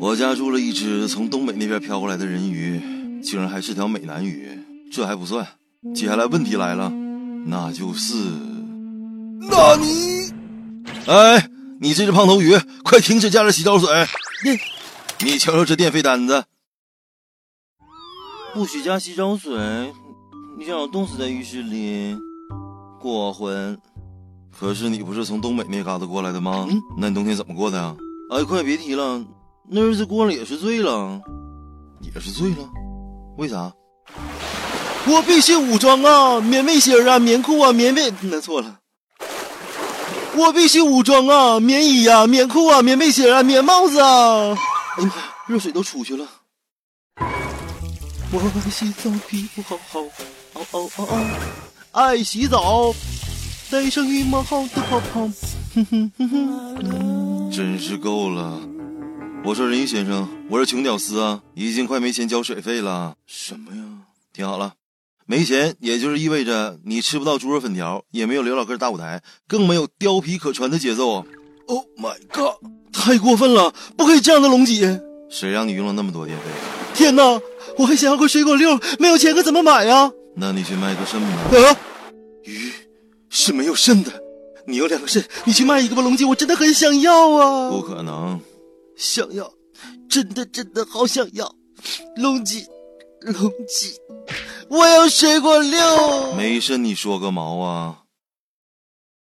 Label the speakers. Speaker 1: 我家住了一只从东北那边飘过来的人鱼，竟然还是条美男鱼，这还不算。接下来问题来了，那就是，那你，哎，你这只胖头鱼，快停止加热洗澡水！你瞧瞧这电费单子，不许加洗澡水，你想我冻死在浴室里，过混。可是你不是从东北那嘎达过来的吗？
Speaker 2: 嗯
Speaker 1: 那你冬天怎么过的呀？哎，快别提了，那日子过了也是醉了，啊也是醉了，为啥？我必须武装啊，棉背心儿啊，棉裤啊，棉被……那错了。我必须武装啊，棉衣啊，棉裤啊，棉背心儿啊，棉帽子啊。哎呀妈呀，热水都出去了。我洗澡皮肤好好，哦哦哦哦，爱洗澡，戴上浴帽好的泡泡，哼哼哼哼，真是够了。我说人鱼先生，我是穷屌丝啊，已经快没钱交水费了。什么呀？听好了，没钱也就是意味着你吃不到猪肉粉条，也没有刘老根大舞台，更没有貂皮可穿的节奏。Oh my god！太过分了，不可以这样的龙姐！谁让你用了那么多电费？天哪，我还想要个水果六，没有钱可怎么买啊呀、那你去卖个肾吧。啊，鱼是没有肾的，你有两个肾，你去卖一个吧，龙姐，我真的很想要啊！不可能，想要，真的真的好想要，龙姐，龙姐，我要水果六。没肾你说个毛啊！